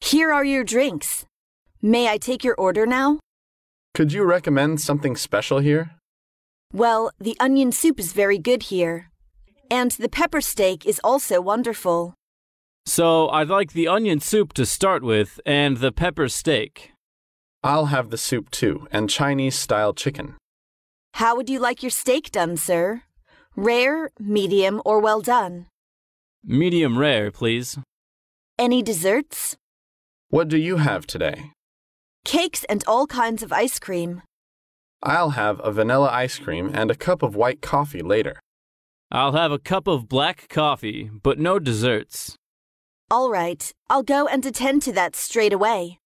Here are your drinks. May I take your order now? Could you recommend something special here? Well, the onion soup is very good here. And the pepper steak is also wonderful. So I'd like the onion soup to start with and the pepper steak. I'll have the soup too, and Chinese style chicken. How would you like your steak done, sir? Rare, medium, or well done? Medium rare, please. Any desserts? What do you have today? Cakes and all kinds of ice cream. I'll have a vanilla ice cream and a cup of white coffee later. I'll have a cup of black coffee, but no desserts. All right, I'll go and attend to that straight away.